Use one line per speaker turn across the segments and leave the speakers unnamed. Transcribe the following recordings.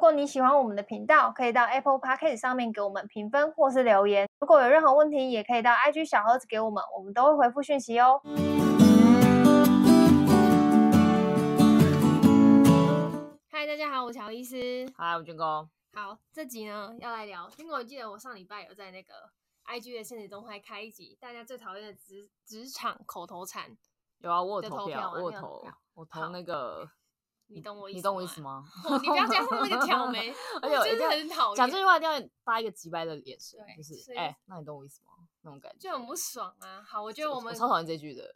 果你喜欢我们的频道，可以到 Apple Podcast 上面给我们评分或是留言。如果有任何问题，也可以到 IG 小盒子给我们，我们都会回复讯息哦。嗨，大家好，我是乔医师。
嗨，我军哥，
好，这集呢要来聊，因为我记得我上礼拜有在那个 IG 的现实动态开一集，大家最讨厌的职职场口头禅，
有啊，我有
有
投
投票吗
票，我
你
有
有投
投
票，
我
好
投那个，
你懂我意思？哦
你懂我意思？吗？，
你不要加上那个挑眉 我
而且我一
真
定
的
要
很讨厌，
讲这句话一定要搭一个急白的眼神，
对
就是
所以
哎、那你懂我意思吗？那种感觉，
就很不爽啊。好，我觉得我们
超讨厌这句的，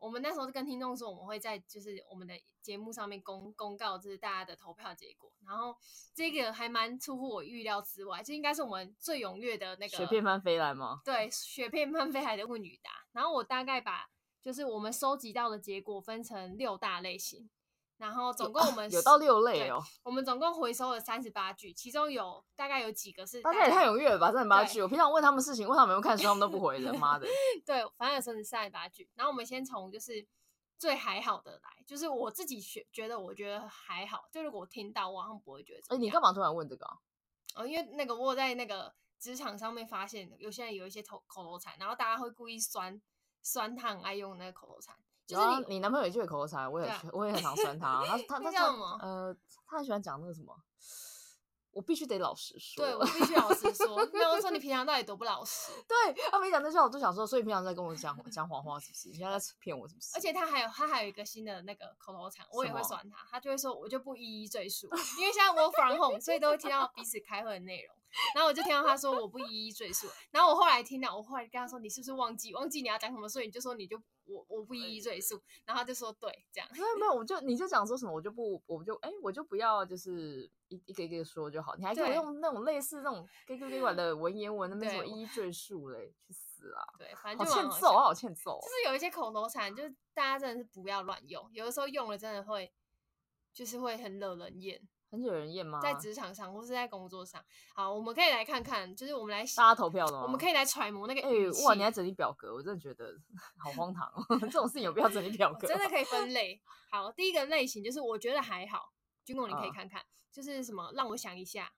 我们那时候就跟听众说，我们会在就是我们的节目上面公公告，就是大家的投票结果。然后这个还蛮出乎我预料之外，这应该是我们最踊跃的那个
雪片般飞来吗？
对雪片般飞来的问与答。然后我大概把就是我们收集到的结果分成六大类型，然后总共我们
有到六类
对
哦，
我们总共回收了三十八句，其中有大概有几个是
大家也太
有
踊跃了吧！真的八
对
句，我平常问他们事情，问他们有没有看书，他们都不回人， 妈的！
对，反正有是三十八句。然后我们先从就是最还好的来，就是我自己觉觉得我觉得还好，就如果我听到我好像不会觉得怎
哎、
么
你
样。
干嘛突然问这个、啊？
哦，因为那个我有在那个职场上面发现，有些人有一些口口头禅，然后大家会故意酸酸他很爱用那个口头禅，就
有啊
是你
你男朋友也就有口头禅，我也、
对啊
我也很常酸他啊、他 他
那
他
叫
他
什么
呃，他很喜欢讲那个什么，我必须得老实说，
对我必须老实说， 那我说你平常到底多不老实？
对，啊他没讲那句话，我就想说，所以平常在跟我讲讲谎话是不是？你现在在骗我是不是？
而且他还有他还有一个新的那个口头禅，我也会
什么
酸他，他就会说我就不一一赘述，因为现在我 from home，所以都会听到彼此开会的内容。然后我就听到他说我不一一赘述，然后我后来听到，我后来跟他说你是不是忘记忘记你要讲什么，所以你就说你就我我不一一赘述，然后他就说对这样，
没有没有，我就你就讲说什么，我就不，我就哎、我就不要，就是一一个一个说就好。你还给我
对
用那种类似那种 gay gay gay 的文言文那边什么
对
一一赘述嘞，去死啊！
对，反
好
正就蛮
欠
好
揍啊，
笑
好欠揍哦、
就是有一些口头禅，就是大家真的是不要乱用，有的时候用了真的会就是会很惹人厌，
很有人厌吗？
在职场上或是在工作上。好，我们可以来看看，就是我们来
大家投票了吗？
我们可以来揣摩那个
哎、
语
哇！你
气
还整理表格，我真的觉得 好荒唐哦！ 这种事情有必要整理表
我
格？
真的可以分类。好，第一个类型就是我觉得还好，军工你可以
嗯
看看，就是什么让我想一下，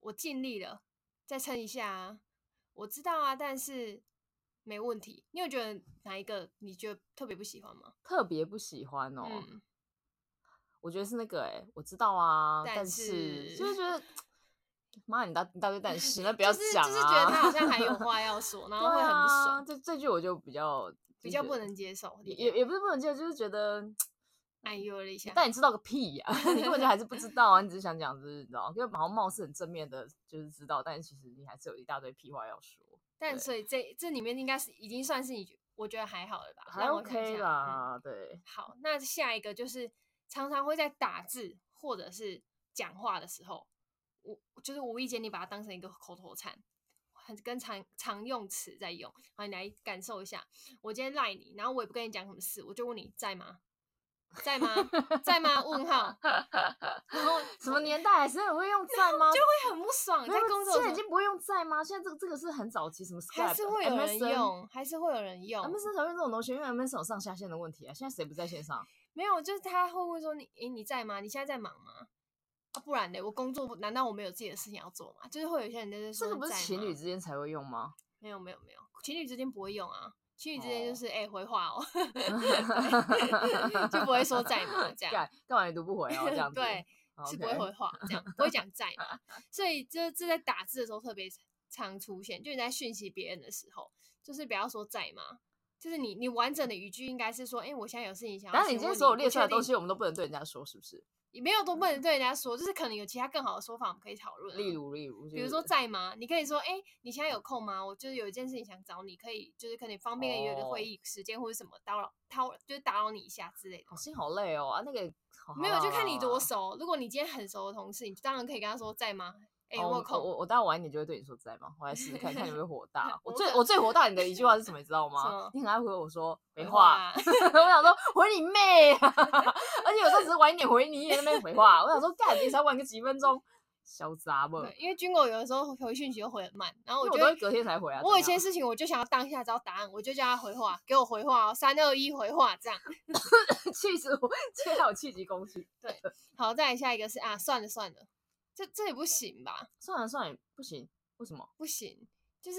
我尽力了，再撑一下啊，我知道啊，但是没问题。你有觉得哪一个你觉得特别不喜欢吗？
特别不喜欢哦。
嗯，
我觉得是那个哎、我知道啊，
但
但
是
就是觉得，妈，你大你大 堆但是，那不
就
要
是
讲啊。
就是觉得他好像还 有话要说，然后会
对
很不爽，
啊、这这句我就比较
比较不，
就
能
是
接受。
觉得也也也不是不能接受，就是觉得，
哎呦了一下，
但你知道个屁 呀、你根本就还是不知道啊，你只是想讲，就是你知道，因为好像貌似很正面的，就是知道，但其实你还是有一大堆屁话要说，
但
对
所以这这里面应该是已经算是你觉我觉得还好了吧，
还
让我想一
OK
下。嗯
啦，对，
好，那下一个就是常常会在打字或者是讲话的时候，无就是无意间你把它当成一个口头禅，很跟常常用词在用。好，你来感受一下。我今天赖你，然后我也不跟你讲什么事，我就问你在吗？在吗？在吗？问 号，然后
什么年代还是很 会用在吗？就
会很不爽，在工作
现
的时
在已
候
经不会用在吗？现在这个这个是很早期，什么 Skype、
还是会有人
MSN
用，还是会有人用。
MSN 才会用这种东西，因为 MSN 有上下线的问题啊。现在谁不在线上？
没有，就是他会问说你，诶，你在吗？你现在在忙吗？啊，不然呢？我工作难道我没有自己的事情要做吗？就是会有一些人就是
这
说
个不是
在
情
吗
侣之间才会用吗？
没有没有没有，情侣之间不会用啊，情侣之间就
哦
是哎、诶回话 哦，对 就不会说在嘛这样，
干干嘛你读不回哦，这样子
对，是不会
OK
回话这样，不会讲在嘛，所以这这在打字的时候特别常出现，就是你在讯息别人的时候，就是不要说在嘛。就是你，你完整的语句应该是说，哎、我现在有事情想要
但
先
是
问。
你今天所有
不
列出来
确
的东
定
西，我们都不能对人家说，是不是？
也没有都不能对人家说，就是可能有其他更好的说法，我们可以讨论啊、
例如，例如，
比如说在吗？你可以说，哎、你现在有空吗？我就是有一件事情想找你，可以就是可能方便约个会
哦
议时间或者什么，打扰叨就是打扰你一下之类的
我。心好累哦啊，那个好
没有，就看你多。
好啦
熟。如果你今天很熟的同事，你当然可以跟他说在吗？哎、
好
我有
啦哦我
空。
我我待会晚一点就会对你说在吗？我来试试看，看你会不会火大。我
我
最
可
我最火大你的一句话是什么？你知道
什
吗
么？
你很爱回我说没
没
话，
话
我想说回你妹啊！ 而且有时候只是晚一点回你，也在那边回话。我想说干，你才晚个几分钟，小杂吧。
对，因为军狗有的时候回讯息又回很慢，然后
因为
我就
我都
会
会隔天才回啊。
我有
怎
一些
样
事情，我就想要当下知道答案，我就叫他回话，给我回话哦，三二一回话这样。
气死我，现在我气急攻心。
好，再来下一个是啊，算了算了，这这也不行吧？
算了算了，不行，为什么？
不行，就是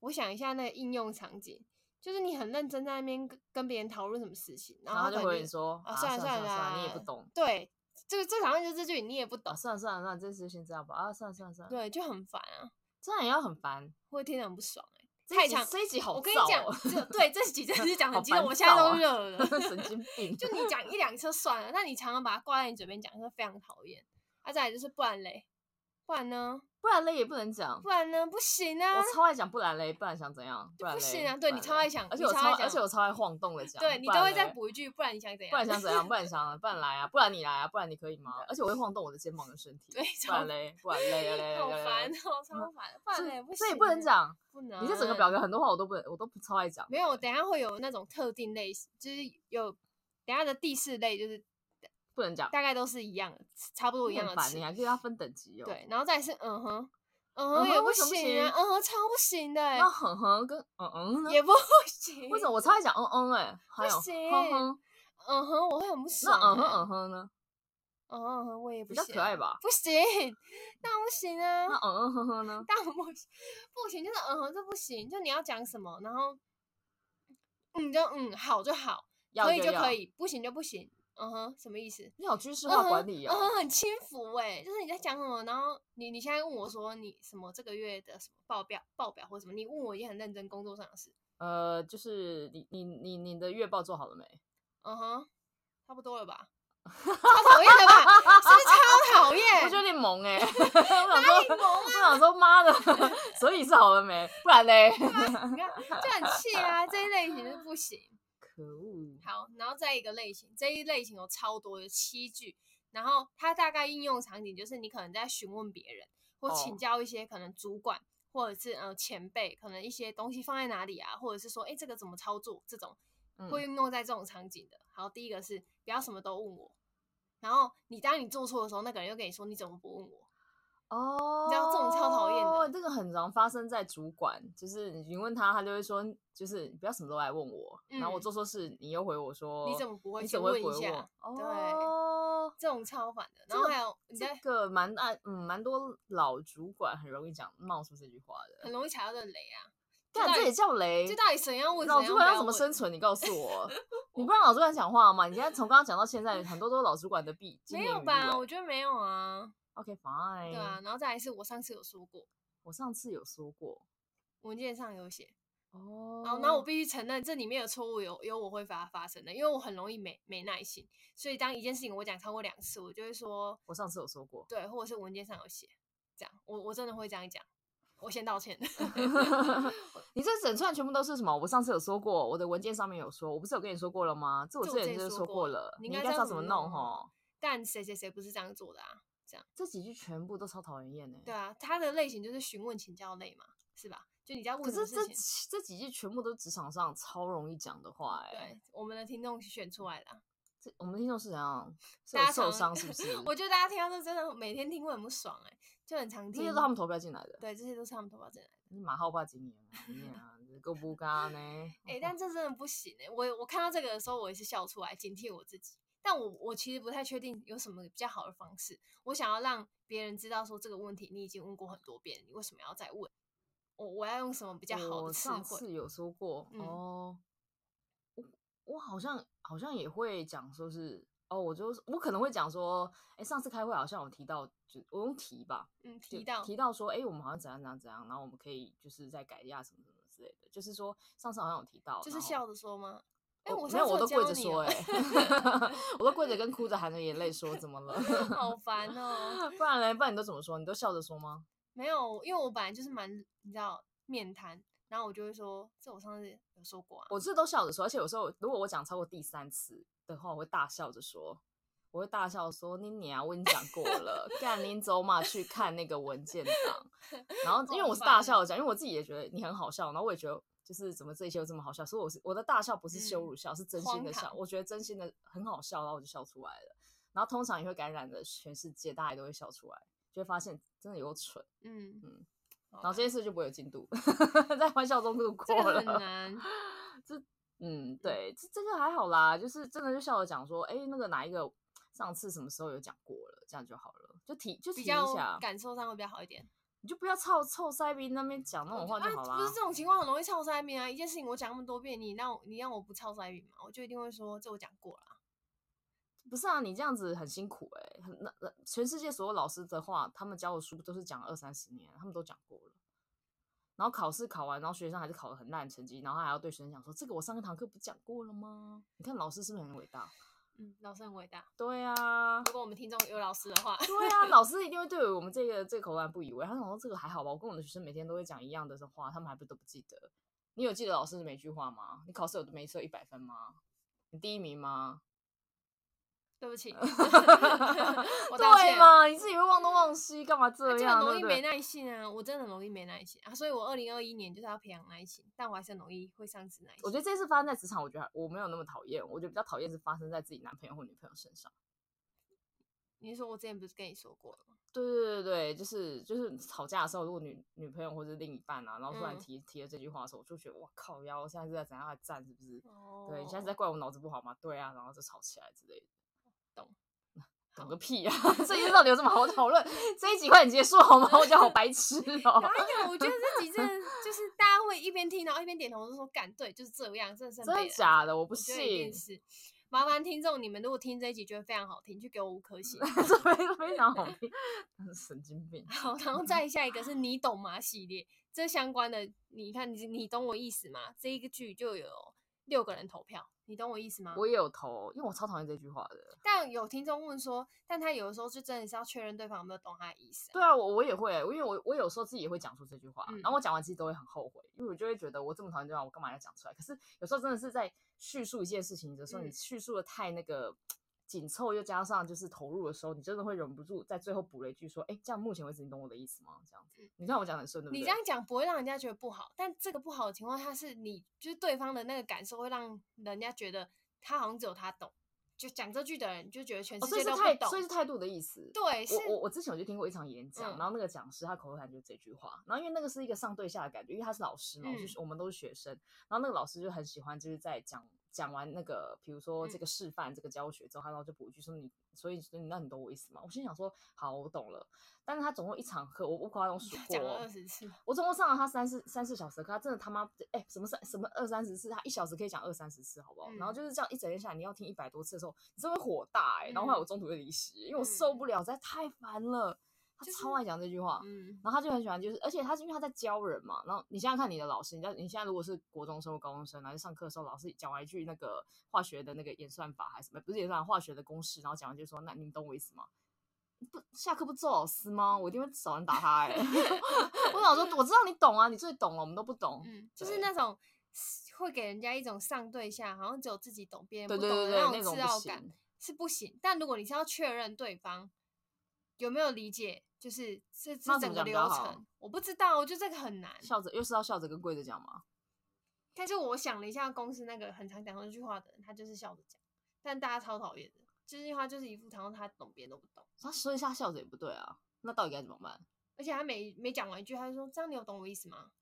我想一下那个应用场景，就是你很认真在那边跟跟别人讨论什么事情，然
然
后
后就
他可
回
能
你说
啊
算
算了
算
了
算了，你也
啦
不懂
对，就最常用就是这句你也不懂
啊，，算了算了算了，这次就先这样吧啊，算了算了算了，，
对，就很烦啊，
这样也要很烦。
会听得很不爽哎、
这
太
一集
强
这一集好
我跟你
燥
讲
哦，
这对这几真的是讲
好
很激动，
烦
我现在
躁
都
啊
热 了。
神经病，
就你讲一两次算了，那你常常把它挂在你嘴边讲，是非常讨厌。啊，再来就是不然嘞，不然呢？
不然嘞也不能讲
不。然呢？不行啊
我！超爱讲不然嘞，不然想怎样？不然
不
嘞
行啊
不
对
然
你超
嘞
爱讲
而且
你
我
超
超
爱
而且
讲
我超爱晃动的讲。
对你
不
都
然
会再
嘞
补一句，不然你想怎样？
不然想怎样？不然想，不然来啊！不然你来啊！不然你可以吗？而且我会晃动我的肩膀跟身体。
对
不
超
然嘞，不然嘞，嘞嘞
好
嘞
烦
嘞
哦， 超烦的。不然嘞，不
这
行，欸嗯
也不能，讲。
不能。
你这整个表格很多话我都不能，我都不超爱讲。
没有，等一下会有那种特定类型，就是有等一下的第四类，就是
不能讲，
大概都是一样的，差不多一样
很
的
烦
词
你。还可以要分等级哦。，
对，然后再来是嗯哼，嗯
嗯
哼也
哼
不
为什么不
行啊，
行
嗯哼超不行的欸，
那哼哼跟嗯嗯呢？
也不 行。
为什么我超爱讲嗯嗯哎？还有
行
哼哼，
嗯哼，我会很不
那
爽欸。
嗯哼嗯哼呢？
嗯哼嗯哼，我也不
比较
行
可爱吧？
不行，那不行啊
那，嗯嗯哼哼呢？
但不行不行，就是嗯哼，这不行，就你要讲什么，然后嗯就嗯，好就好，
要
可以就
要
可。以，不行就不行，嗯哼，什么意思？
你好军事
嗯
化
哼
管理
嗯
哦。
哼，很轻浮哎、就是你在讲什么，然后你你现在问我说你什么这个月的什么报表报表或什么，你问我也很认真工作上的事，
呃，就是你你你你的月报做好了没？
嗯哼，差不多了吧？超讨厌的吧？是不是超讨厌？
我觉得你萌哎、欸， 我想说，我想说，妈的， 所以是好了没？不然嘞，
你看就很气啊，这一类型是不行。
可恶，
好，然后再一个类型，这一类型有超多，有七句。然后它大概应用场景就是你可能在询问别人，或
哦
请教一些可能主管，或者是呃前辈，可能一些东西放在哪里啊，或者是说哎这个怎么操作，这种
嗯
会运用在这种场景的。好，第一个是不要什么都问我。然后你当你做错的时候，那个人又跟你说你怎么不问我？
哦，
你知道这种超讨厌的
这个很常发生在主管，就是你问他，他就会说，就是你不要什么都来问我，然后我
嗯
做错事，你又回我说，
你怎么不会
你
去
怎么会
问
不
一
会问
下？
我？
对
哦，
这种超烦的。然
这
后
个
还有你在
这个蛮爱，嗯，蛮多老主管很容易讲冒出这句话的
很，容易踩到的雷啊！
干
到
这
底
也叫雷，
这到底怎样问？
老
谁
主管
不
要怎么
问
生？存？你告诉 我，你不让老主管讲话吗？你现在从刚刚讲到现在，很多都是老主管的弊。经
没
验
有
语
吧？
录
我
欸
觉得没有啊。
？OK fine。
对啊，，然后再来是我上次有说过，
我上次有说过
文件上有写，
哦。
然后然后我必须承认这里面的错误有有我会发发生的，因为我很容易没没耐心，所以当一件事情我讲超过两次，我就会说，
我上次有说过
对，或者是文件上有写，这样我我真的会这样讲，我先道 歉。
你这整串全部都是什么？我上次有说过，我的文件上面有说，我不是有跟你说过了吗？这我
这
之
我之
前
前
就是
说
说
过
过
了
了，
你
你
应
应
该
该
知
知
道
道
怎
怎
么
么
弄
弄
哦
哈。
但谁谁谁不是这样做的啊？
这几句全部都超讨人厌呢。
对啊，他的类型就是询问请教类嘛，是吧？就你在
可
问什么事
是这
情？
几这几句全部都是职场上超容易讲的话哎。
对，我们的听众选出来的啊、
这我们听众是怎样？是
大
有
家
受
常
伤是不是？
我觉得大家听到这真的每天听会很不爽哎、就很常
这
听。
些都是他们投票进来的。
对，这些都是他们头发进来的。
你蛮好霸经营嘛，你啊，你够不干呢？
哎、但这真的不行哎、我我看到这个的时候，我也是笑出来，警惕我自己。但我我其实不太确定有什么比较好的方式。我想要让别人知道说这个问题你已经问过很多遍，你为什么要再问？我我要用什么比
比
较好的词
上
汇？
次有说过、
嗯
哦，我我好像好像也会讲说是哦，我就是我可能会讲说，哎、上次开会好像有提到，就我用提吧，
嗯，
就
提到
提到说，哎、我们好像怎样怎样怎样，然后我们可以就是再改一下什么什么之类的，就是说上次好像有提到，
就是
然后
笑着说吗？哎、
哦
我
没
上
有，
次有
我都跪
教
着
你哦
说、哎， 我都跪着跟哭着含着眼泪说，怎么 了？
好烦哦、
不然嘞，不然你都怎么说？你都笑着说吗？
没有，因为我本来就是蛮你知道面瘫，然后我就会说这我上次有说过啊。
我这都笑着说，而且有时候如果我讲超过第三次的话，我会大笑着说，我会大笑说：“你娘，我跟你讲过了，干你走嘛，去看那个文件档。” 然后因为
好
我是
烦
大
哦
笑着讲，因为我自己也觉得你很好笑，然后我也觉得就是怎么这一切又这么好笑，所以我是我的大笑不是羞
嗯
辱笑，是真
荒
心的笑，
唐
我觉得真心的很好笑，然后我就笑出来了。然后通常也会感染的全世界，大家也都会笑出来，就会发现真的有蠢，
嗯
嗯，
好
然后
吧
这件事就不会有进度， 在欢笑中度
这
过
个
了。
很难。
这嗯，对，这这个还好啦，就是真的就笑着讲说，哎、那个哪一个上次什么时候有讲过了，这样就好了，就提就提
比
一
较
下，
感受上会比较好一点。
你就不要臭臭塞鼻那边讲那种话就好
啊，不
啦
是。这种情况很容易操塞米啊！一件事情我讲那么多遍，你让我你让我不操塞米嘛，我就一定会说这我讲过了。
不是啊，你这样子很辛苦哎、很那那全世界所有老师的话，他们教的书都是讲了二三十年，他们都讲过了。然后考试考完，然后学生还是考得很烂的成绩，然后他还要对学生讲说：“这个我上一堂课不讲过了吗？”你看老师是不是很伟大？
嗯，老师很伟大。
对啊，
如果我们听众有老师的话，
对啊，老师一定会对我们这个这个口感不以为，他想说这个还好吧，我跟我的学生每天都会讲一样的话，他们还不都不记得。你有记得老师的每句话吗？你考试有每一次有一百分吗？你第一名吗？
对 不起，我道
对
歉。
嘛，你自己会忘东忘西， 干嘛
啊
哎这
就
样？
很容易
对不
没
对
耐心啊！我真的很容易没耐心啊，所以我二零二一年就是要培养耐心，但我还是很容易会丧失耐心。
我觉得这次发生在职场，我觉得还我没有那么讨厌，我觉得比较讨厌是发生在自己男朋友或女朋友身上。
你是说我之前不是跟你说过了吗？
对对对对，就是就是吵架的时候，如果女女朋友或者另一半啊，然后突然
嗯
提、提了这句话的时候，我就觉得哇靠腰，我现在是在怎样来站，是不是？
哦
对，你现在是在怪我脑子不好吗？对啊，然后就吵起来之类的。
懂？
懂个屁啊！这一集到底有什么好讨论？这一集快点结束好吗？我觉得好白 痴哦、
哪有？我觉得这集真 的就是大家会一边听，然后一边点头，就说干对，就是这样，真的是很
真
北
的
蓝
假的？我不
我觉得一
信
定。是。麻烦听众，你们如果听这一集觉得非常好听，就给我五颗 星。
这非非常 好听，神经病。
好，然后再下一个是你懂吗系列，这相关的，你看你你懂我意思吗？这一个剧就有六个人投票，你懂我意思吗？
我也有投，因为我超讨厌这句话的。
但有听众问说，但他有的时候就真的是要确认对方有没有懂他的意思、啊。
对啊，我我也会，因为我我有时候自己也会讲出这句话，
嗯
然后我讲完其实都会很后悔，因为我就会觉得我这么讨厌这句话，我干嘛要讲出来？可是有时候真的是在叙述一件事情的时候，你
嗯
叙述的太那个紧凑，又加上就是投入的时候，你真的会忍不住在最后补了一句说：“哎，这样目前为止你懂我的意思吗？”这样子，你看我讲得很顺，对不
嗯
对？哦
你这样讲不会让人家觉得不好，但这个不好的情况下是你就是对方的那个感受会让人家觉得他好像只有他懂，就讲这句的人就觉得全
哦，
世
所以
界都
是
不
态，
懂。
所以是态度的意思。
对，是
我我我之前我就听过一场演讲，
嗯
然后那个讲师他口头禅就是这句话，然后因为那个是一个上对下的感觉，因为他是老师嘛，我
嗯
就是我们都是学生，然后那个老师就很喜欢就是在讲讲完那个比如说
嗯
这个示范、这个教学之后，他然后就补一句说你所以所以那你懂我意思吗？我心想说好我懂了，但是他总共一场课我我不夸 张数过
讲了
哦
二，十次，
我总共上了他三四三四小时的课，他真的他妈哎、什么三什么二三十次，他一小时可以讲二三十次，好不好？然后
嗯
就是这样一整天下来，你要听一百多次的时候，你真的会火大哎、然后后
嗯
来我中途就离席，因为我受不了，实在太烦了。他
就是
超爱讲这句话，
嗯，
然后他就很喜欢，就是而且他是因为他在教人嘛。然后你想想看，你的老师，你在你现在如果是国中生或高中生，然后上课的时候，老师讲完一句那个化学的那个演算法还是什么，不是演算法化学的公式，然后讲完就说：“那你们懂我意思吗？”不，下课不揍老师吗？我一定会找人打他哎、 我想说，我知道你懂啊，你最懂了，我们都不懂。
嗯，就是
对
那种会给人家一种上对下，好像只有自己懂，别人
对
不
对
懂
对
的
对，那
种
种
自
不
傲感
行。
是不行。但如果你是要确认对方有没有理解，就是这
那
这
怎
整
么
个
讲比
流
较好
程，我不知道，我觉得这个很难。
笑着又是要笑着跟跪着讲吗？
但是我想了一下，公司那个很常讲这句话的人，他就是笑着讲，但大家超讨厌的。这句话就是一副好像他懂，别人都不懂，
他说一下笑着也不对啊，那到底该怎么办？
而且他每每讲完一句，他就说：“这样你有懂我意思吗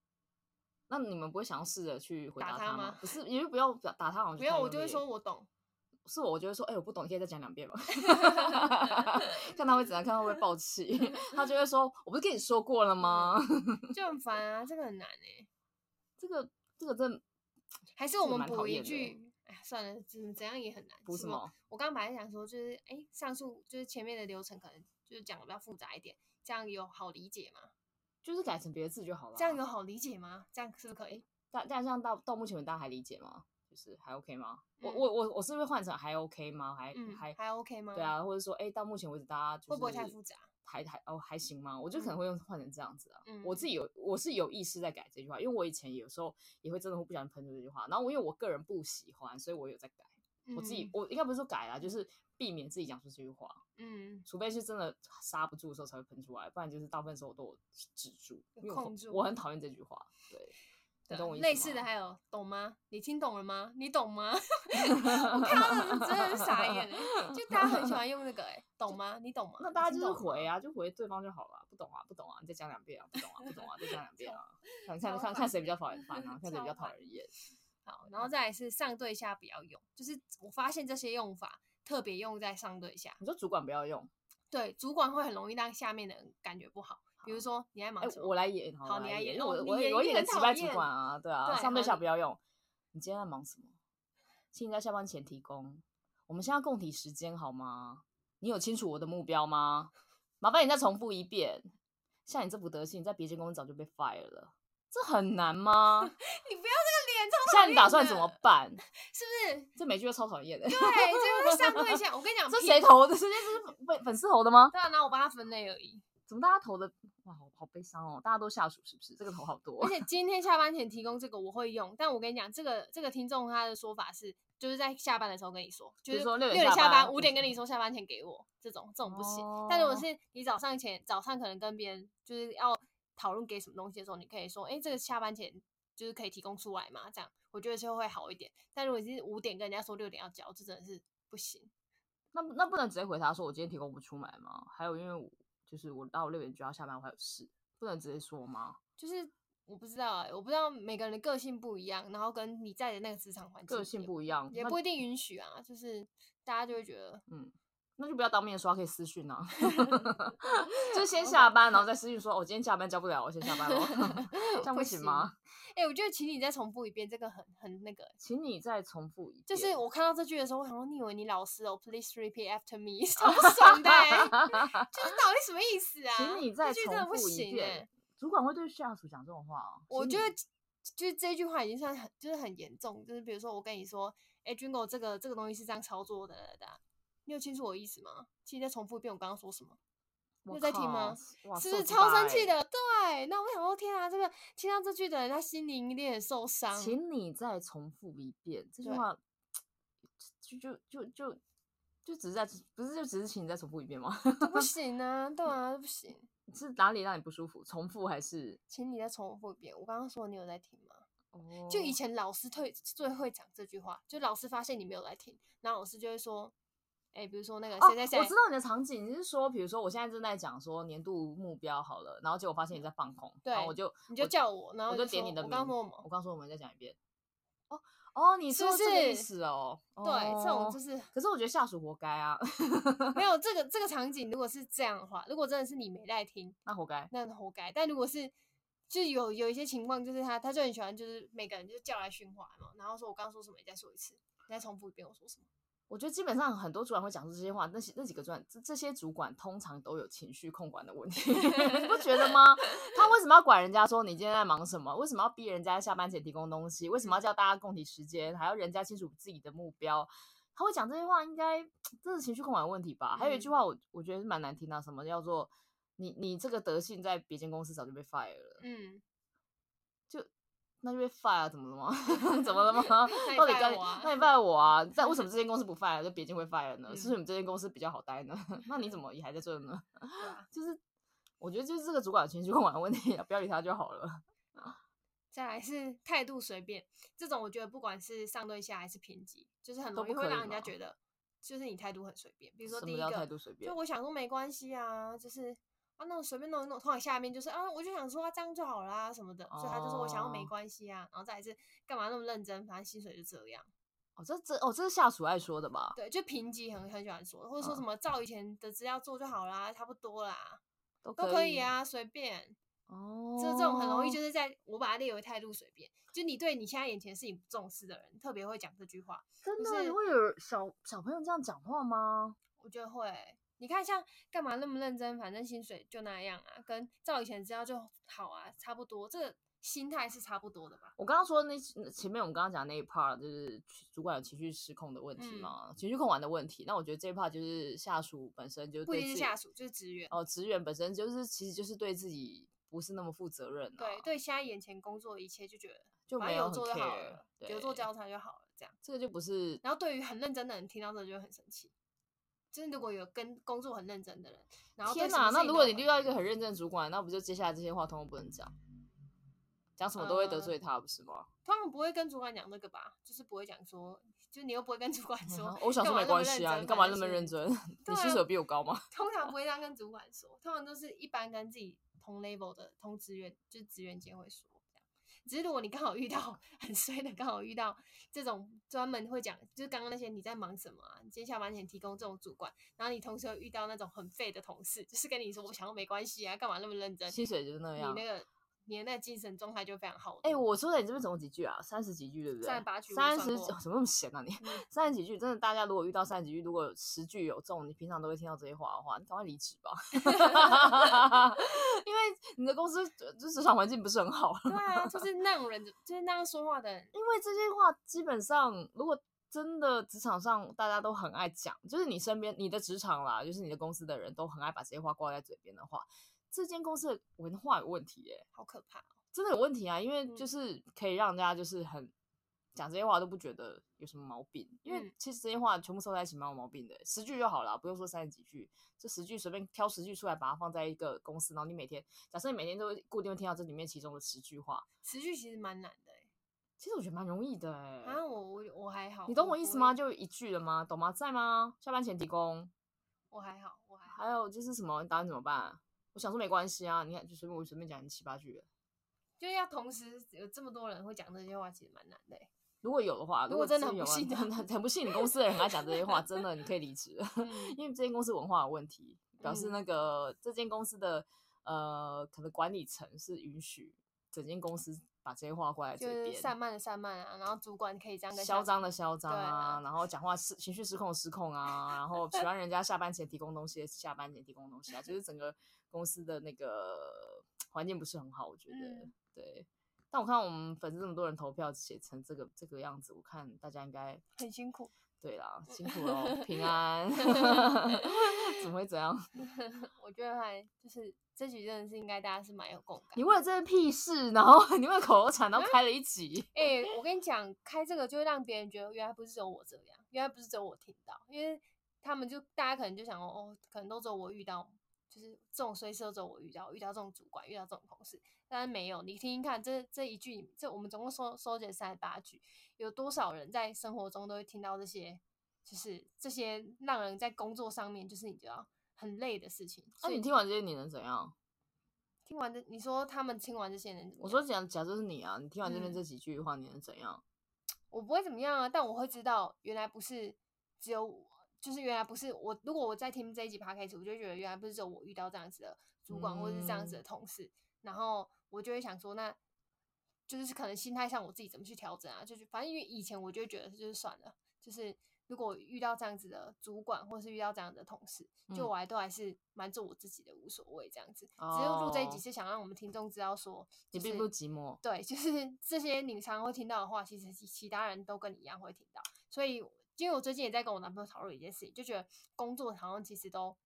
那你们不会想要试着去回
打
答
他
吗
吗？
不是，因为不要打打他，好像？”
没有，
太
我
用
就会
力
说：“我懂。
是我，我就会说，哎、我不懂，你可以再讲 两遍吗？看他会怎样，看他会不会爆气，他就会说，我不是跟你说过了吗？
就很烦啊，这个很难哎、
这个这个 真
还是
这
我
个
们
蛮
补
讨
一
厌的欸
句，哎，算了，怎怎样也很难。
不是
什么
吗？
我刚刚本来想说，就是哎、上述就是前面的流程可能就是讲的比较复杂一点，这样有好理解吗？
就是改成别的字就好了。啊
这样有好理解吗？这样是不是可以？
大大家这样到到目前为止大家还理解吗？就是还 OK 吗？我
嗯
我我我是不是换成还 OK 吗？还、
嗯，
还
还 OK 吗？
对，啊，或者说哎、到目前为止大家、就是、
会不会太复杂？
还还哦还行吗？我就可
嗯
能会用换成这样子啊。
嗯，
我自己有我是有意识在改这句话，因为我以前有时候也会真的会不小心喷出这句话，然后我因为我个人不喜欢，所以我有在改。我自己、
嗯
我应该不是说改啦，就是避免自己讲出这句话，
嗯，
除非是真的刹不住的时候才会喷出来，不然就是大部分时候我都有止住，因为我
控
很
住
我很讨厌这句话。对，
对
你
啊
懂我意思
类似的
吗
还有懂吗？你听懂了吗？你懂吗？ 我看到的时候真的是傻眼欸，就大家很喜欢用那个哎、懂吗？你懂吗？
那大家
你
就
听
是
懂吗
回，啊，就回对方就好了。不懂啊，不懂啊，你再讲两遍啊，不懂啊，不懂啊，再讲两遍啊。看看
超
看
烦
看谁比较讨人烦 啊，看谁比较
超
讨
烦
人厌。
好，然后再来是上对下不要用，就是我发现这些用法特别用在上对下，
你说主管不要用，
对，主管会很容易让下面的人感觉不好。比如说你在
哎
忙什，么？
我来演，好
好
我
你
来
来
演，
演
因为
哦
我
你
我
演
我
你
演的
很
击
讨
败主
厌
管啊，对啊，
对
上对
好
下
你
不要用。你今天在忙什么？请你在下班前提供。我们现在共体时间好吗？你有清楚我的目标吗？麻烦你再重复一遍。像你这副德行，你在别间公司早就被 fire 了，这很难吗？
哎你不要这个脸，超
现在你打算
讨
怎
厌
么
的？
办？
是不是？
这每句都超讨厌的。
对，就是上对下。我跟 你讲，
这
评
谁？投的？这这是粉粉丝投的吗？
对啊，然后我帮他分类而已。
怎么大家投的？哇，好好悲伤哦！大家都下属是不是？这个头好多
而。且今天下班前提供这个我会用，但我跟你讲，这个这个听众他的说法是，就是在下班的时候跟你说，
比
就
如
是
说六点
点
下
下
班
班，五点
或
跟
什
你
么
说下班前给我，这种这种不行。但如果
哦
是你早上前早上可能跟别人就是要讨论给什么东西的时候，你可以说，哎、这个下班前就是可以提供出来嘛，这样我觉得就会好一点。但如果你是五点跟人家说六点要交，这真的是不行。
那那不能直接回他说我今天提供不出来吗？还有因为我就是我到六点就要下班，我还有事，不能直接说吗？
就是我不知道、欸，我不知道每个人的个性不一样，然后跟你在的那个职场环境
个性
也
不一样，
也
那
不一定允许啊，就是大家就会觉得
那就不要当面说，可以私 讯啊，就
哦
先下班，然后再私讯说，哦我、今天下班交不了，我先下 班了， 嗯这样
不
不行吗？
哎、我觉得请你再重复一遍，这个很很那个。
请你再重复一遍，
就是我看到这句的时候，我想说，你以为你老师哦？Please repeat after me，超不爽的、欸，就是到底什么意思啊？
请你
这
再
句真的
重
不
复一
行、
遍。
欸。
主管会对下属讲这种话哦？
我觉
请你
得就是这句话已经算很就是很严重，就是比如说我跟你说，哎、军 j u n g o 这个这个东西是这样操作的的的，你有清楚我意思吗？请你再重复一遍我刚刚说什么。
我
有在听吗
靠？哇
是不
受
是
击
超生
败
气的？对，那我想说，天啊，这个听到这句的人，他心灵一定很受伤。
请你再重复一遍这句
对
话，就就就就就只是在不是就只是请你再重复一遍吗？
这不行啊，
嗯
对啊，这不行，
是哪里让你不舒服？重复还是？
请你再重复一遍。我刚刚说你有在听吗？
哦
就以前老师退最会讲这句话，就老师发现你没有在听，然后老师就会说，哎、比如说那个
哦
谁谁谁，
我知道你的场景，你是说，比如说我现在正在讲说年度目标好了，然后结果发现你在放空，然后
对
我就
你就
我
叫我然后
我
就
点
说
你的
我
名，
刚说什么
我刚说我们再讲一遍。哦哦，你
是
说
不
这个意
是
思哦？
对，这种
哦
就是
可是我觉得下属活该啊，
没有这个这个场景，如果是这样的话，如果真的是你没在听，
那活该。
那活该。但如果是就有有一些情况，就是他他就很喜欢，就是每个人就叫来训话嘛，然后说我刚刚说什么，你再说一次，你再重复一遍我说什么。
我觉得基本上很多主管会讲出这些话，那些那几个主管，这这些主管通常都有情绪控管的问题，你不觉得吗？他为什么要管人家说你今天在忙什么？为什么要逼人家下班前提供东西？为什么要叫大家共体时间？还要人家清楚自己的目标？他会讲这些话，应该这是情绪控管的问题吧？还有一句
嗯
话我，我觉得是蛮难听的，什么叫做你你这个德性在别间公司早就被 fire 了，
嗯，
那就被 fire 啊怎么了吗？ 怎么了吗？
那你
到底
fire
该
我啊
那你 fire 我啊？但为什么这间公司不 fire，就别间会 fire 呢？是不是
嗯
你们这间公司比较好待呢？ 那你怎么也还在这呢？
对啊。
就是我觉得就是这个主管的情绪 控管的问题啊，不要理他就好了。
再来是态度随便，这种我觉得不管是上对下还是平级，就是很
都
容易
不
会
可以
让人家
吗
觉得就是 你态度很随便。比如说
什
第
么
一
叫态
个，
度随便
就？我想说没关系啊，就是啊那种随便弄一弄，通常下面就是啊我就想说、啊、这样就好啦、什么的，所以他就说我想要没
哦
关系啊，然后再来是干嘛那么认真，反正薪水就这样。
哦，这这哦，这是下属爱说的吧？
对，就评级很很喜欢说，或者说什
嗯
么照以前的资料做就好啦，差不多啦，
都
都
可
可以。啊，随便。
哦，
就这种很容易就是在我把它列为态度随便，就你对你现在眼前事情不重视的人，特别会讲这句话，
真
就
的
是
会有小小朋友这样讲话吗？
我觉得会。你看，像干嘛那么认真？反正薪水就那样啊，跟照以前资料就好啊，差不多。这个心态是差不多的吧？
我刚刚说那前面我们刚刚讲那一 part 就是主管有情绪失控的问题
嗯
嘛，情绪控管的问题。那我觉得这一 part 就是下属本身就
不一
对
定
自
是
己
下属，就是职员。
哦，职员本身就是其实就是对自己不是那么负责任、啊，
对，对，现在眼前工作的一切就觉得
就
反正
没有
有
很
做就好
care，
了，有做
对
交差就好了，这样。
这个就不是
然后对于很认真的人听到这个就会很生气，就是如果有跟工作很认真的人，然后对
天
什么
哪！
事
那
情
如
都
果你
很
遇到一个很认真的主管，那不就接下来这些话通通不能讲，讲什么都会得
呃
罪他，不是吗？
通常不会跟主管讲这个吧，就是不会讲说，就你又不会跟主管说，
我想
干
说
嘛那
没
么
关系啊，
认真
你干嘛
反
那
正
么认
薪水
真？ 你
对
薪
啊
水比我高吗？
通 常不会这样跟主管说，通常都是一般跟自己同 level 的同职员，就是职员间会说这样。只是如果你刚好遇到很衰的，刚好遇到这种专门会讲，就是刚刚那些你在忙什么啊，你今天下班前提供这种主管，然后你同时又遇到那种很废的同事，就是跟你说我想要没关系啊，干嘛那么认真？
薪水就是那
你
样。
那个你的那个精神状态就非常好。
哎、我说的你这边总共几句啊？三十几句对不对？
38句我
三
算
十
过
怎么那么闲啊你？
嗯
三十几句，真的，大家如果遇到三十几句，如果有十句有中，你平常都会听到这些话的话，你赶快离职吧， 因为你的公司就就职场环境不是很好。
对啊，就是那种人，就是那样说话的人，
因为这些话基本上，如果真的职场上大家都很爱讲，就是你身边你的职场啦，就是你的公司的人都很爱把这些话挂在嘴边的话，这间公司的文化有问题耶、
好可怕。哦
真的有问题啊，因为
嗯
就是可以让人家就是很讲这些话都不觉得有什么毛病，因为
嗯
其实这些话全部凑在一起蛮有毛病的，十句就好了，不用说三十几句，这十句随便挑十句出来，把它放在一个公司，然后你每天假设你每天都会固定会听到这里面其中的十句话，
持续其实蛮难的、欸，
其实我觉得蛮容易的哎、
好像我我我还啊好，
你懂我意
不
思
会
吗？就一句了吗？懂吗？在吗？下班前提供，
我还好，我还好。
还有就是什么？你打算怎么办、啊我想说没关系啊，你看就随便我随便讲你七八句了，
就是要同时有这么多人会讲这些话，其实蛮难的欸、
如果有的话，
如果真的很
有
不
啊
幸的
很很很不幸，你公司的人还讲这些话，真的你可以离职了，
嗯
因为这间公司文化有问题，表示
嗯
那个、这间公司的呃可能管理层是允许整间公司把这些话挂在
就
嘴
是
边，
散漫的散漫啊，然后主管可以这样跟
嚣
下
张
属
的嚣张
对
啊
啊，
然后讲话失情绪失控的失控啊，然后喜欢人家下班前提供东西，下班前提供东西啊，就是整个公司的那个环境不是很好，我觉得、
嗯
对。但我看我们粉丝这么多人投票写成这个这个样子，我看大家应该
很辛苦。
对啦，辛苦喽，平安，怎么会这样？
我觉得还就是这局真的是应该大家是蛮有共感
你。为了这件屁事，然后 你为了口头禅，然后开了一集，
哎、我跟你讲，开这个就会让别人觉得原来不是只有我这样，原来不是只有我听到，因为他们就大家可能就想哦，哦可能都只有我遇到，就是这种衰事都只有我遇到，遇到这种主管，遇到这种同事，但是没有，你听听看，这这一句，这我们总共收收集了三十八句，有多少人在生活中都会听到这些，就是这些让人在工作上面就是你知道很累的事情。所
那、哦你
以
听完这些你能怎样？
听完这，你说他们听完这些人怎么样，
我说假假设是你啊，你听完这边
嗯
这几句的话，你能怎样？
我不会怎么样啊，但我会知道原来不是只有我，就是原来不是我。如果我在听这一集 podcast，我就会觉得原来不是只有我遇到这样子的主管或者是这样
嗯
子的同事，然后我就会想说，那就是可能心态上我自己怎么去调整啊？就是反正因为以前我就会觉得就是算了，就是如果遇到这样子的主管或是遇到这样的同事，就
嗯
我还都还是蛮做我自己的，无所谓这样子。只是录这一集
哦
是想让我们听众知道说，
你
就
并
是
不寂寞。
对，就是 这些你常会听到的话，其实其其他人都跟你一样会听到。所以，因为我最近也在跟我男朋友讨论一件事情，就觉得工作好像其实都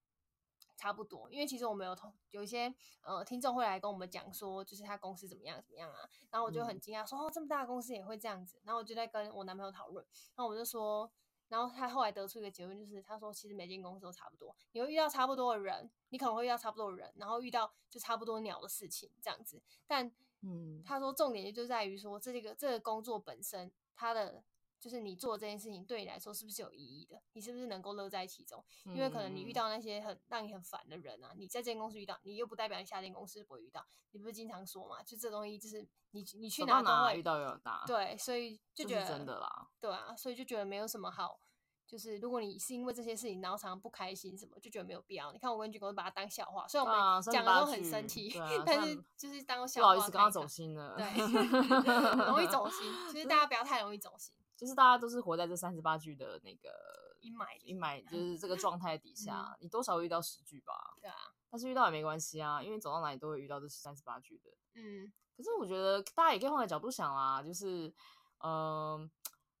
差不多。因为其实我们有同有一些呃听众会来跟我们讲说，就是他公司怎么样怎么样啊，然后我就很
嗯
惊讶说、哦，这么大的公司也会这样子。然后我就在跟我男朋友讨论，然后我就说。然后他后来得出一个结论，就是他说，其实每间公司都差不多，你会遇到差不多的人，你可能会遇到差不多的人，然后遇到就差不多鸟的事情这样子。但
嗯，
他说重点就在于说这个这个工作本身，它的就是你做这件事情对你来说是不是有意义的，你是不是能够乐在其中？因为可能你遇
嗯
到那些很让你很烦的人啊，你在这间公司遇到，你又不代表你下间公司不会遇到，你不是经常说嘛？就这东西就是你你去
走到
哪都
哪
会
遇到有哪，，
对，所以就
这
觉
是
得
真的啦。
对啊，所以就觉得没有什么好。就是如果你是因为这些事情，然后常常不开心什么，就觉得没有必要。你看我跟军哥都把它当笑话，虽然我
啊
们
38
讲的时候很
句
生气，
对啊
但
虽
是
然
就是当
不
笑话看一看。
好意思，刚刚走心 了。
对，很容易走心。其实大家不要太容易走心，
就是大家都是活在这三十八句的那个
阴霾里嗯
阴霾，就是这个状态底下，你多少会遇到十句吧。
对啊，
但是遇到也没关系啊，因为走到哪里都会遇到这三十八句的。
嗯，
可是我觉得大家也可以换个角度想啦，就是，嗯、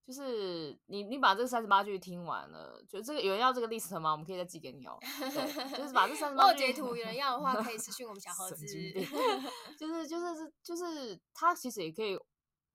就是你你把这三十八句听完了，就这个有人要这个 list 吗？我们可以再寄给你哦。对就是把这三十
我
八
有
句
截图，有人要的话可以私讯我们小盒
神
子。
经病就是就是就是他其实也可以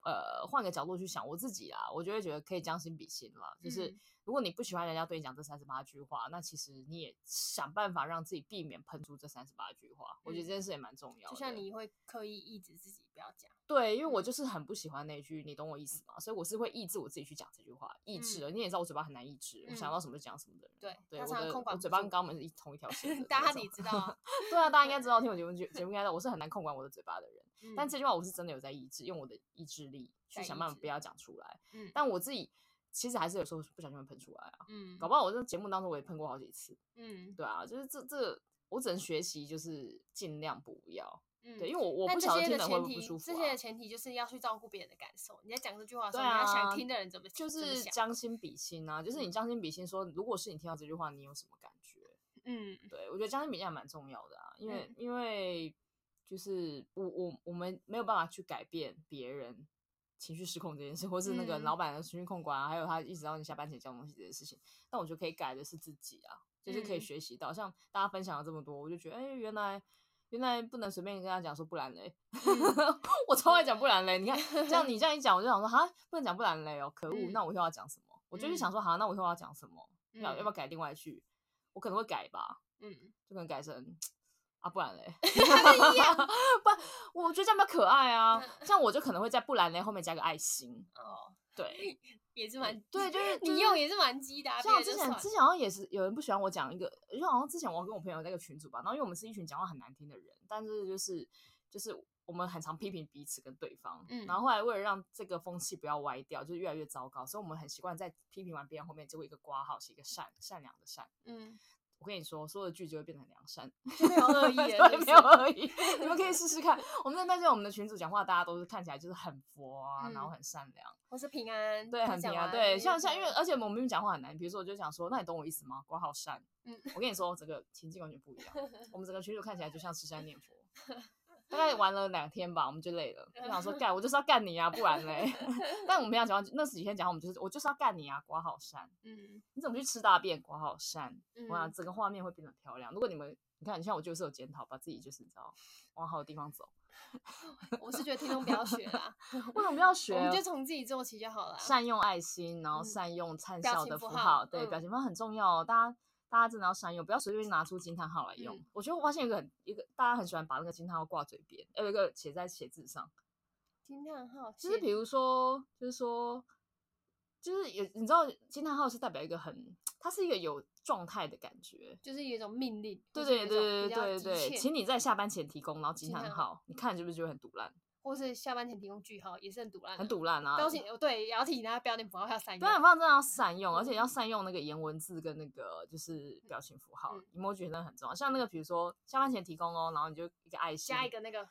呃换个角度去想我自己啦，我就会觉得可以将心比心啦，就是。
嗯
如果你不喜欢人家对你讲这三十八句话，那其实你也想办法让自己避免喷出这三十八句话。我觉得这件事也蛮重要
嗯
的。
就像你嗯会刻意抑制自己不要讲，
对，因为我就是很不喜欢那一句，你懂我意思吗？所以我是会抑制我自己去讲这句话，抑制的。你也知道我嘴巴很难抑制，我想到什么就讲什么的人。
对
哦
嗯
对，
他
我
常常
的
控管
我
不
嘴巴
住
跟肛门是一同一条线 的。
大家
你
你知道啊？
对啊，大家应 该知道，听我节目节目应该知道，我是很难控管我的嘴巴的人。 但
嗯
这句话我是真的有在抑制，用我的意志力去
在
想
抑
办法
制
不要讲出来。
嗯
但我自己其实还是有时候不小心会喷出来啊，
嗯
搞不好我这节目当中我也喷过好几次。
嗯
对啊，就是这这，我只能学习，就是尽量不要。
嗯，
对，因为我我
但
不
这
晓得
些
听
的
的人
前
会不会
提，
不舒服
这些
啊
的。前提就是要去照顾别人的感受。你在讲这句话的时
对
候，你要
啊
想听的人怎么
就
怎么
是
想
将心比心啊，就是你
嗯
将心比心说，如果是你听到这句话，你有什么感觉？
嗯
对，我觉得将心比心还蛮重要的啊，因为、
嗯
因为就是我我我们没有办法去改变别人情绪失控这件事，或是那个
嗯
老板的情绪控管啊，还有他一直让你下班前交东西这件事情，但我觉得可以改的是自己啊，就是可以
嗯
学习到，像大家分享了这么多，我就觉得哎、原来。原来不能随便跟他讲说不然嘞，
嗯
我超爱讲不然嘞。你看，这样你这样一讲，我就想说哈，不能讲不然嘞哦，可恶！
嗯
那我以后要讲什么？我就是想
嗯
说，好，那我以后要讲什么？要、要不要
嗯
改另外一句？我可能会改吧，
嗯，
就可能改成啊，不然嘞， 不然，我觉得这样比较可爱啊。这样我就可能会在不然嘞后面加个爱心，
嗯哦，
对，
也是蛮
对就是就是
你用也是蛮鸡的啊，别
像
人
之
就
前
算
之前好像也是有人不喜欢我讲一个，就好像之前我跟我朋友那个群组吧，然后因为我们是一群讲话很难听的人，但是就是就是我们很常批评彼此跟对方，
嗯
然后后来为了让这个风气不要歪掉，就是越来越糟糕，所以我们很习惯在批评完别人后面就会一个挂号，写一个善善良的善。
嗯，
我跟你说，所有的句就会变成良善，
就没有 恶意了， 是
对
不
没有
是
恶意，你们可以试试看。我们在但是我们的群主讲话，大家都是看起来就是很佛啊，然后
嗯
很善良，
我是平安，
对，
你
很平
讲
啊，
完
对，
你
像
就
像因为
说
而且我们明明讲话很难，比如说我就想说，那你懂我意思吗？我好善，
嗯
我跟你说，整个情境完全不 一样，我们整个群主看起来就像吃山念佛。大概玩了两天吧，我们就累了，就想说干，我就是要干你啊，不然嘞。 但我们平常讲话，那十几天讲话，我们就是我就是要干你啊，刮好山。
嗯
你怎么去吃大便？刮好山，我想
嗯
整个画面会变得漂亮。如果你们，你看，像我就是有检讨，把自己就是你知道往好的地方走。
我是觉得听众不要学啦，
为什么要
我
学？哦
们就从自己做起就好了。
善用爱心，然后
嗯
善用灿
表
笑
情
的
符
符
号
对，表
嗯
情符号很重要哦。大家大家真的要善用，不要随便拿出惊叹号来用。
嗯
我觉得我发现有个很一个大家很喜欢把那个惊叹号挂嘴边，呃有一个写在写字上，
惊叹号，
就是
写
比如说，就是说，就是有你知道惊叹号是代表一个很，它是一个有状态的感觉，
就是有一种命令，
对
就是有
对
一种
对
比较
对对
急
对，
切
请你在下班前提供，然后惊
惊
叹
叹
号，你看是不是就会很堵烂，
或是下班前提供句号也是很堵烂啊，
很堵烂啊！
标点哦对，也要提那标点符号要删
标点
用，
符号真的要善用，而且要善用那个颜文字跟那个就是表情符号、
嗯
emoji 真的很重要。像那个比如说下班前提供哦，然后你就一个爱心，
加一个那个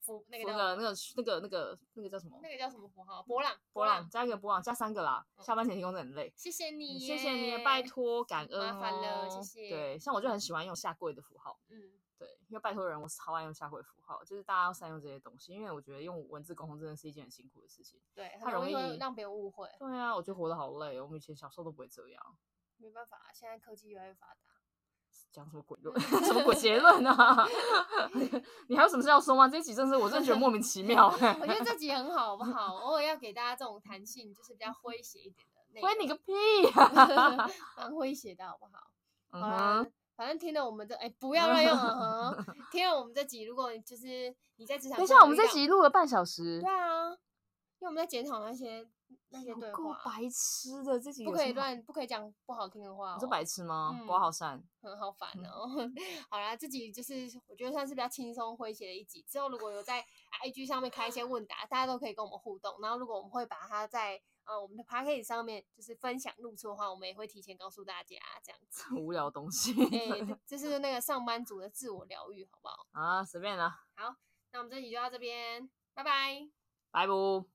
符那个
那
叫
个那个那个那个那个叫什么
那个叫什么符号？波浪，
嗯波浪，，加一个波浪，加三个啦。
嗯
下班前提供真的很累。
谢谢你，
谢谢你，拜，托，感恩、哦，
麻烦了谢谢
对，像我就很喜欢用下跪的符号，
嗯
对，因为拜托人，我超爱用下跪符号，就是大家要善用这些东西，因为我觉得用文字沟通真的是一件很辛苦的事情。
对，
它
很容
容
易会
易
让别人误会，
对啊，我觉得活得好累哦，我们以前小时候都不会这样，
没办法，啊现在科技越来越发达。
讲什么鬼论， 什么鬼结论啊？ 你还有什么事要说吗？这一集真是我真的觉得莫名其 妙、
我觉得这集很好，好不好？偶尔要给大家这种弹性，就是比较诙谐一点的内容。
回你个屁、啊！
蛮诙谐的好不好？
嗯
好啦
哼，
反正听了我们这，哎、不要乱用啊！ 哈听了我们这集，如果你就是你在职场，
等一下，我们这，集录了半小时
对，啊，因为我们在检讨那些那些
有
对
够
话，
白痴的，这集
不
有
可
什
以
么好
乱，不可以讲不好听的话、哦。
你是白痴吗？
嗯
我好善，
很好烦哦。 好啦，这集就是我觉得算是比较轻松诙谐的一集。之后如果有在 IG 上面开一些问答，大家都可以跟我们互动。然后如果我们会把它在呃我们的 p a c k a g e 上面就是分享露出的话，我们也会提前告诉大家这样子。
无聊的东西
哎、 这这是那个上班族的自我疗愈，好不好？
啊，随便啦，
那我们这集就到这边，拜拜。
拜拜。